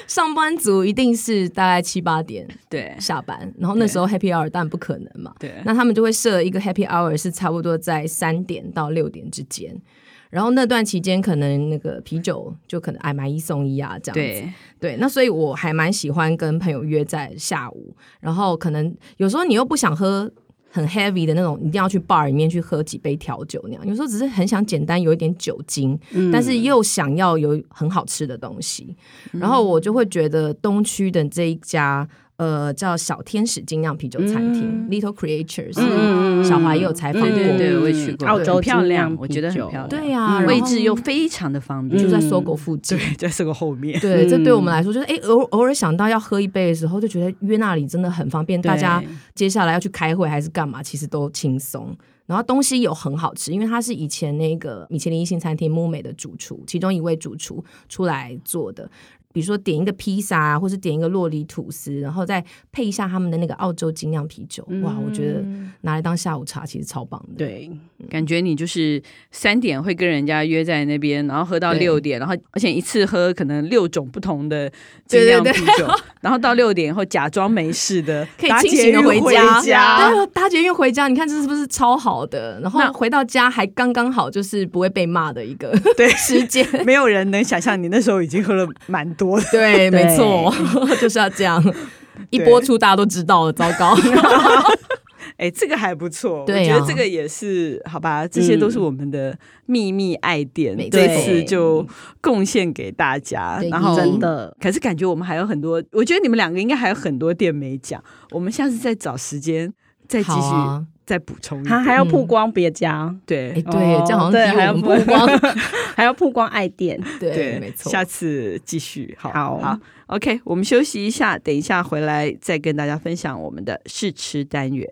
Speaker 2: 上班族一定是大概七八点
Speaker 1: 对
Speaker 2: 下班，然后那时候 Happy Hour 当然不可能嘛，
Speaker 1: 对
Speaker 2: 那他们就会设一个 happy hour，是差不多在三点到六点之间。然后那段期间，可能那个啤酒就可能哎买一送一啊，这样子。
Speaker 1: 对
Speaker 2: 对那所以我还蛮喜欢跟朋友约在下午，然后可能有时候你又不想喝很 heavy 的那种，一定要去 bar 里面去喝几杯调酒那样。有时候只是很想简单有一点酒精，
Speaker 3: 嗯
Speaker 2: 但
Speaker 1: 嗯
Speaker 2: 是又想要有很好吃的东西，然后我就会觉得东区的这一家。呃，叫小天使精酿啤酒餐厅、
Speaker 1: 嗯
Speaker 2: Little Creatures，、
Speaker 3: 嗯嗯嗯
Speaker 2: 小华也有采访过，啊
Speaker 1: 对对嗯对，我也去过，
Speaker 3: 澳洲
Speaker 1: 很漂亮
Speaker 3: 精，酿
Speaker 1: 我觉得很
Speaker 3: 啤酒
Speaker 1: 漂亮，
Speaker 2: 对啊
Speaker 1: 嗯
Speaker 2: 然后
Speaker 1: 位置又非常的方便，
Speaker 2: 就在
Speaker 3: 嗯
Speaker 2: 搜狗附 近。
Speaker 1: 对，在这个后面，
Speaker 2: 对，这
Speaker 3: 嗯
Speaker 2: 对我们来说就是，哎、偶偶尔想到要喝一杯的时候，就觉得约那里真的很方便，大家接下来要去开会还是干嘛，其实都轻松。然后东西有很好吃，因为它是以前那个米其林一星餐厅木美的主厨，其中一位主厨出来做的。比如说点一个披萨啊，或是点一个洛里吐司，然后再配一下他们的那个澳洲精酿啤酒，哇，我觉得拿来当下午茶其实超棒的。
Speaker 3: 对，
Speaker 1: 感觉你就是三点会跟人家约在那边，然后喝到
Speaker 2: 对
Speaker 1: 六点，然后而且一次喝可能六种不同的精
Speaker 2: 对对
Speaker 1: 酿啤
Speaker 2: 对
Speaker 1: 酒，然后到六点以后假装没事的，
Speaker 2: 可以
Speaker 1: 搭
Speaker 2: 清
Speaker 1: 捷
Speaker 2: 醒的
Speaker 1: 运
Speaker 2: 回
Speaker 1: 回
Speaker 2: 家
Speaker 1: 家
Speaker 2: 对，搭捷运回家，你看这是不是超好的？然
Speaker 1: 那
Speaker 2: 后回到家还刚刚好，就是不会被骂的一 个
Speaker 1: 对
Speaker 2: 时间。
Speaker 1: 没有人能想象你那时候已经喝了蛮多 的。
Speaker 2: 对，
Speaker 3: 对
Speaker 2: 没错， 就是要这样。一
Speaker 1: 对
Speaker 2: 播出，大家都知道了，糟 糕。
Speaker 1: 哎，这个还不错，
Speaker 2: 对啊嗯
Speaker 1: 我觉得这个也是好吧，这些都是我们的秘密爱店，
Speaker 2: 没错
Speaker 1: 这次就贡献给大家
Speaker 2: 对。
Speaker 1: 然后
Speaker 3: 真的
Speaker 1: 可是感觉我们还有很多，我觉得你们两个应该还有很多店没讲，我们下次再找时间再继
Speaker 2: 好
Speaker 1: 续
Speaker 2: 啊，
Speaker 1: 再补充一点。
Speaker 3: 他还要曝光别家，哦
Speaker 2: 哎、
Speaker 1: 嗯对
Speaker 2: 对，这样好像
Speaker 3: 对
Speaker 2: 比
Speaker 3: 还
Speaker 2: 我
Speaker 3: 要
Speaker 2: 们曝光。
Speaker 3: 还要曝光爱店。
Speaker 2: 对，没错。
Speaker 1: 下次继续，好，
Speaker 3: 好
Speaker 1: 好，OK，我们休息一下，等一下回来再跟大家分享我们的试吃单元。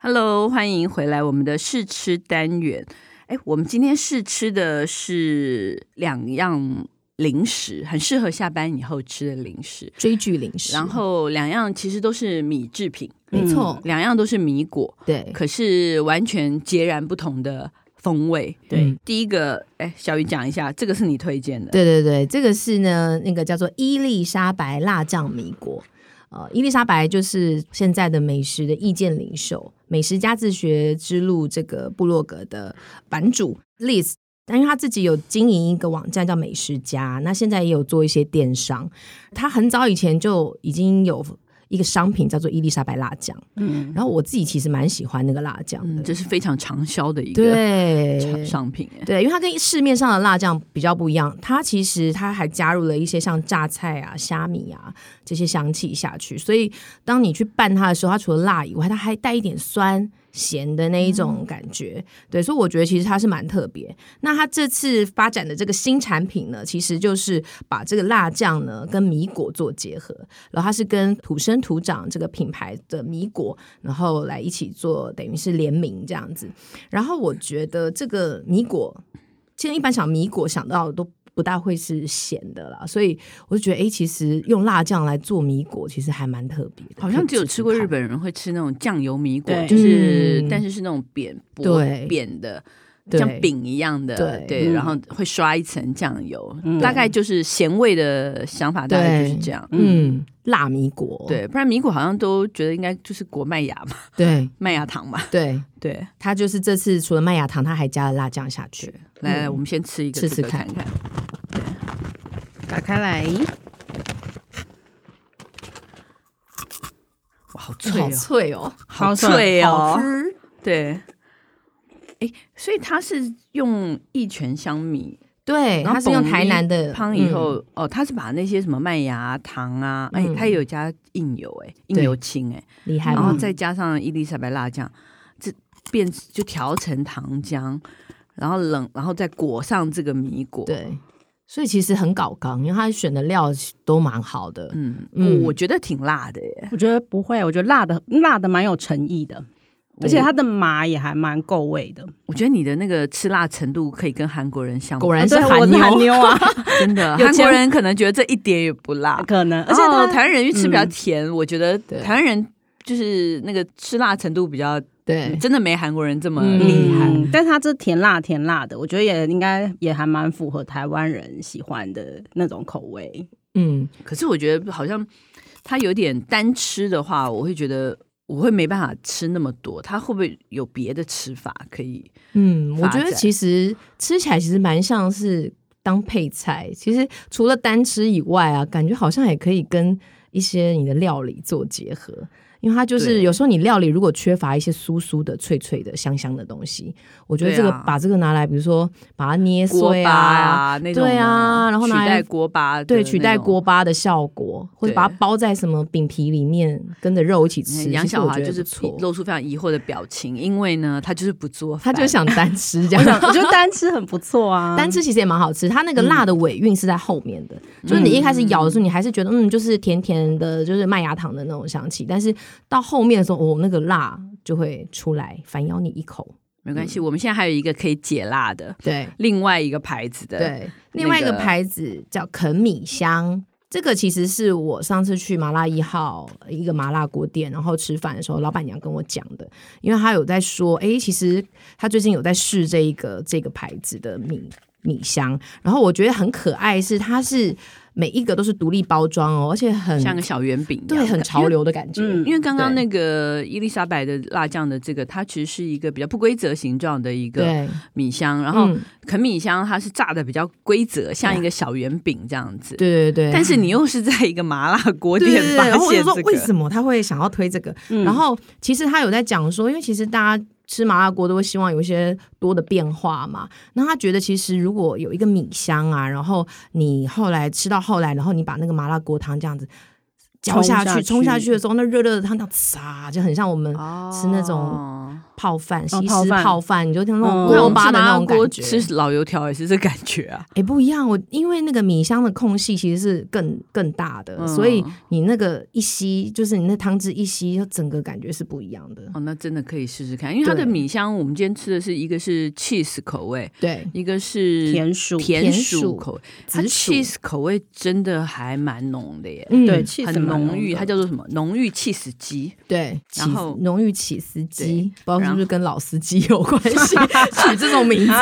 Speaker 1: Hello，欢迎回来我们的试吃单元。哎，我们今天试吃的是两样零食，很适合下班以后吃的零食。
Speaker 2: 追剧零食，
Speaker 1: 然后两样其实都是米制品，
Speaker 2: 没错，
Speaker 1: 两样都是米果，
Speaker 2: 嗯对
Speaker 1: 可是完全截然不同的风味。
Speaker 3: 对
Speaker 2: 嗯
Speaker 1: 第一个，哎，小雨讲一下，这个是你推荐的，
Speaker 2: 对对对，这个是呢，那个叫做伊丽莎白辣酱米果。呃，伊丽莎白就是现在的美食的意见领袖，美食家自学之路这个部落格的版主 Liz。但因为他自己有经营一个网站叫美食家，那现在也有做一些电商。他很早以前就已经有一个商品叫做伊丽莎白辣酱，
Speaker 3: 嗯，
Speaker 2: 然后我自己其实蛮喜欢那个辣酱的，
Speaker 1: 嗯，这是非常畅销的一个
Speaker 2: 对
Speaker 1: 产商品，哎
Speaker 2: 对，因为它跟市面上的辣酱比较不一样，它其实它还加入了一些像榨菜啊、虾米啊这些香气下去，所以当你去拌它的时候，它除了辣以外，它还带一点酸、咸的那一种感觉。对，所以我觉得其实它是蛮特别。那它这次发展的这个新产品呢，其实就是把这个辣酱呢跟米果做结合，然后它是跟土生土长这个品牌的米果，然后来一起做，等于是联名这样子。然后我觉得这个米果，现在一般想米果想到的都。不大会是咸的啦，所以我就觉得，哎、其实用辣酱来做米果，其实还蛮特别的。
Speaker 1: 好像只有
Speaker 2: 可以试试
Speaker 1: 吃过日
Speaker 2: 看
Speaker 1: 本人会吃那种酱油米果，
Speaker 3: 对
Speaker 1: 就是、
Speaker 2: 嗯
Speaker 1: 但是是那种扁薄
Speaker 2: 对
Speaker 1: 扁的，
Speaker 2: 对
Speaker 1: 像饼一样的，
Speaker 2: 对
Speaker 1: 对，
Speaker 3: 嗯
Speaker 1: 然后会刷一层酱油，
Speaker 3: 嗯
Speaker 1: 大概就是咸味的想法，大概就是这样。
Speaker 2: 嗯，辣米果，
Speaker 1: 对，不然米果好像都觉得应该就是国麦芽嘛，
Speaker 2: 对
Speaker 1: 麦芽糖嘛。
Speaker 2: 对，
Speaker 1: 对，
Speaker 2: 它就是这次除了麦芽糖，它还加了辣酱下去。
Speaker 1: 来，来
Speaker 2: 嗯
Speaker 1: 我们先吃一个，
Speaker 2: 试试
Speaker 1: 这个
Speaker 2: 看
Speaker 1: 看。
Speaker 3: 打开来，
Speaker 1: 哇，好
Speaker 2: 这
Speaker 1: 脆哦
Speaker 2: 好，脆哦，
Speaker 1: 好脆哦
Speaker 3: 好好，
Speaker 1: 对。哎，所以它是用一拳香米
Speaker 2: 对，
Speaker 1: 然后
Speaker 2: 它是用台南的嗯
Speaker 1: 汤以后，哦，它是把那些什么麦芽糖啊，哎，
Speaker 2: 嗯
Speaker 1: 它也有加硬油，哎，硬
Speaker 2: 对
Speaker 1: 油青，哎，
Speaker 2: 嗯厉害
Speaker 1: 然
Speaker 2: 吗
Speaker 1: 后？再加上伊丽莎白辣酱，这变就调成糖浆，然后冷，然后再裹上这个米果，，
Speaker 2: 对，所以其实很搞刚，因为它选的料都蛮好的。
Speaker 1: 嗯，
Speaker 2: 嗯
Speaker 1: 我我觉得挺辣的耶，
Speaker 3: 我觉得不会，我觉得辣的辣的蛮有诚意的，而且它的麻也还蛮够味的。
Speaker 1: 我觉得你的那个吃辣程度可以跟韩国人相比，
Speaker 2: 果然
Speaker 3: 啊
Speaker 2: 是
Speaker 3: 对
Speaker 2: 韩
Speaker 3: 我是
Speaker 2: 妞，
Speaker 3: 韩妞啊，
Speaker 1: 真的，
Speaker 3: 有
Speaker 1: 韩国
Speaker 3: 钱
Speaker 1: 人可能觉得这一点也不辣，
Speaker 3: 可能，而
Speaker 1: 而
Speaker 3: 且
Speaker 1: 且
Speaker 3: 它、
Speaker 1: 台湾人因为吃比较甜，我觉得
Speaker 2: 哦嗯对
Speaker 1: 台湾人就是那个吃辣程度比较，
Speaker 2: 对，
Speaker 1: 真的没韩国人这么
Speaker 2: 嗯
Speaker 1: 厉害。
Speaker 3: 嗯但它这甜辣甜辣的，我觉得也应该也还蛮符合台湾人喜欢的那种口味。
Speaker 2: 嗯，
Speaker 1: 可是我觉得好像它有点单吃的话，我会觉得我会没办法吃那么多。它会不会有别的吃法可以？
Speaker 2: 嗯，我
Speaker 1: 发
Speaker 2: 觉得
Speaker 1: 展
Speaker 2: 其实吃起来其实蛮像是当配菜。其实除了单吃以外啊，感觉好像也可以跟一些你的料理做结合，因为它就是
Speaker 1: 对
Speaker 2: 有时候你料理如果缺乏一些酥酥的、脆脆的、香香的东西，我觉得
Speaker 1: 对
Speaker 2: 这个
Speaker 1: 啊
Speaker 2: 把这个拿来，比如说把它捏
Speaker 1: 锅
Speaker 2: 碎
Speaker 1: 巴
Speaker 2: 啊。
Speaker 1: 啊，那种
Speaker 2: 对啊然后
Speaker 1: 取
Speaker 2: 拿来
Speaker 1: 代锅巴的那种，哎
Speaker 2: 对，取代锅巴的效果，或者
Speaker 1: 对
Speaker 2: 把它包在什么饼皮里面，跟着肉一起吃。
Speaker 1: 杨
Speaker 2: 其实
Speaker 1: 小
Speaker 2: 我
Speaker 1: 华
Speaker 2: 觉得
Speaker 1: 就
Speaker 2: 不
Speaker 1: 是
Speaker 2: 错，
Speaker 1: 露出非常疑惑的表情，因为呢，他就是不做饭，
Speaker 2: 他就想 单吃这
Speaker 3: 我想
Speaker 2: 样。，
Speaker 3: 我觉得单吃很不错啊，
Speaker 2: 单吃其实也蛮好吃，它那
Speaker 1: 嗯
Speaker 2: 个辣的尾韵是在后面的，就是你一开始咬的时候，你还是觉得嗯，就是甜甜的，就是麦芽糖的那种香气，但是到后面的时候，哦，那个辣就会出来反咬你一口。
Speaker 1: 没关
Speaker 2: 嗯
Speaker 1: 系。我们现在还有一个可以解辣的，
Speaker 2: 对
Speaker 1: 另外一个牌子的，，
Speaker 2: 对，另外一个
Speaker 1: 那个
Speaker 2: 牌子叫肯米香。这个其实是我上次去麻辣一号一个麻辣锅店，然后吃饭的时候，老板娘跟我讲的，因为她有在说，诶，其实她最近有在试这一个这个牌子的米米香，然后我觉得很可爱是，它是每一个都是独立包装哦，而且很
Speaker 1: 像个小圆饼一样，
Speaker 2: 对很潮流的感觉，
Speaker 3: 嗯
Speaker 1: 因为刚刚
Speaker 2: 对
Speaker 1: 那个伊丽莎白的辣酱的这个，它其实是一个比较不规则形状的一个
Speaker 2: 对，嗯
Speaker 1: 米香，嗯然
Speaker 2: 然
Speaker 1: 后啃米香它是炸的比较规则，像一个小圆饼这样子。
Speaker 2: 对对对，
Speaker 1: 但是你又是在一个麻辣锅
Speaker 2: 对
Speaker 1: 店
Speaker 2: 对对，
Speaker 1: 发
Speaker 2: 然后我就
Speaker 1: 现
Speaker 2: 说
Speaker 1: 这
Speaker 2: 为
Speaker 1: 个，
Speaker 2: 什么他会想要推这个，
Speaker 3: 嗯
Speaker 2: 然后其实他有在讲说，因为其实大家吃麻辣锅都会希望有一些多的变化嘛。那他觉得其实如果有一个米香啊，然后你后来吃到后来，然后你把那个麻辣锅汤这样子浇下去、
Speaker 3: 冲下去
Speaker 2: 冲下去的时候，那热热的汤这样撒，就很像我们
Speaker 1: 哦
Speaker 2: 吃那种泡饭、西
Speaker 3: 泡
Speaker 2: 式
Speaker 3: 饭
Speaker 2: 泡饭，你就听那种
Speaker 3: 嗯
Speaker 1: 那我
Speaker 2: 锅
Speaker 1: 们
Speaker 2: 巴
Speaker 1: 吃
Speaker 2: 的
Speaker 1: 麻
Speaker 2: 那
Speaker 1: 辣
Speaker 2: 种
Speaker 1: 锅
Speaker 2: 感觉。
Speaker 1: 吃老油条也是这感觉 啊。
Speaker 2: 哎、不一样，我因为那个米香的空隙其实是更更大的，
Speaker 1: 嗯
Speaker 2: 所以你那个一吸，就是你那汤汁一吸，整个感觉是不一样的。
Speaker 1: 哦，那真的可以试试看，因为它的
Speaker 2: 对
Speaker 1: 米香，我们今天吃的是一个是 cheese 口味，
Speaker 2: 对，
Speaker 1: 一个是
Speaker 3: 甜薯
Speaker 1: 甜
Speaker 2: 甜
Speaker 1: 薯
Speaker 2: 薯
Speaker 1: 口味，它
Speaker 2: 紫薯
Speaker 1: cheese 口味真的还蛮浓的耶。
Speaker 2: 嗯
Speaker 3: 对，气
Speaker 1: 很
Speaker 3: 氛蛮
Speaker 1: 浓郁，
Speaker 3: 的
Speaker 1: 它叫做什么？浓郁气死鸡，
Speaker 2: 对，起
Speaker 1: 然后
Speaker 2: 浓郁起司鸡，不知道
Speaker 1: 然后
Speaker 2: 是不是跟老司机有关 系，取这种名字。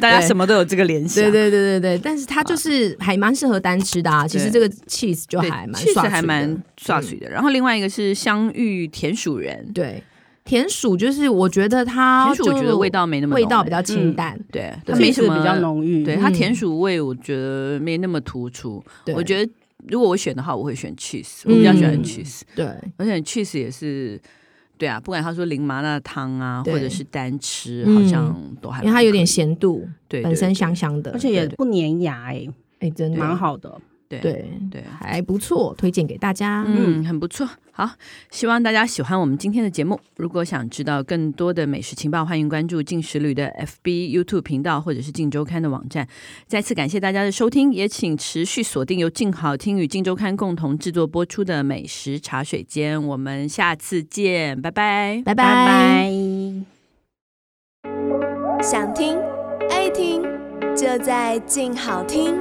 Speaker 1: 大家
Speaker 2: 对
Speaker 1: 什么都有这个联想。
Speaker 2: 对对对对对，但是
Speaker 1: 啊
Speaker 2: 它就是还蛮适合单吃的啊。其实这个 cheese 就
Speaker 1: 对，
Speaker 2: 还蛮
Speaker 1: 气势
Speaker 2: 刷嘴
Speaker 1: 还
Speaker 2: 的嗯
Speaker 1: 蛮刷水的。然后另外一个是香芋甜薯人，
Speaker 2: 对。甜薯就是我觉得它
Speaker 1: 甜薯
Speaker 2: 就
Speaker 1: 我觉得味道没那么
Speaker 2: 味道
Speaker 1: 浓欸嗯
Speaker 2: 比较清淡，
Speaker 1: 对，它
Speaker 2: 对
Speaker 1: 没
Speaker 3: 气
Speaker 1: 什
Speaker 3: 势
Speaker 1: 么
Speaker 3: 比较。浓郁，
Speaker 1: 对它
Speaker 2: 嗯
Speaker 1: 甜薯味，我觉得没那么突出。
Speaker 2: 对
Speaker 1: 我觉得如果我选的话，我会选 cheese，我比较喜欢
Speaker 2: 嗯
Speaker 1: cheese，
Speaker 2: 对
Speaker 1: 而且 cheese 也是。对啊，不管他说淋麻辣汤啊，
Speaker 2: 对
Speaker 1: 或者是单吃，
Speaker 2: 嗯
Speaker 1: 好像都还
Speaker 2: 因为它有点
Speaker 1: 蛮可以
Speaker 2: 咸度，
Speaker 1: 对
Speaker 2: 本身
Speaker 1: 对
Speaker 2: 香香的，
Speaker 3: 而且也不粘牙哎、
Speaker 2: 哎真的
Speaker 3: 蛮好的。
Speaker 1: 对
Speaker 2: 对
Speaker 1: 对啊
Speaker 2: 还不错，推荐给大家。
Speaker 1: 嗯，很不错。好，希望大家喜欢我们今天的节目。如果想知道更多的美食情报，欢迎关注进食旅的 FB、YouTube 频道或者是静周刊的网站。再次感谢大家的收听，也请持续锁定由静好听与静周刊共同制作播出的美食茶水间。我们下次见，拜拜。
Speaker 2: 拜
Speaker 3: 拜
Speaker 2: 拜
Speaker 3: 拜
Speaker 4: 想听爱听，就在静好听。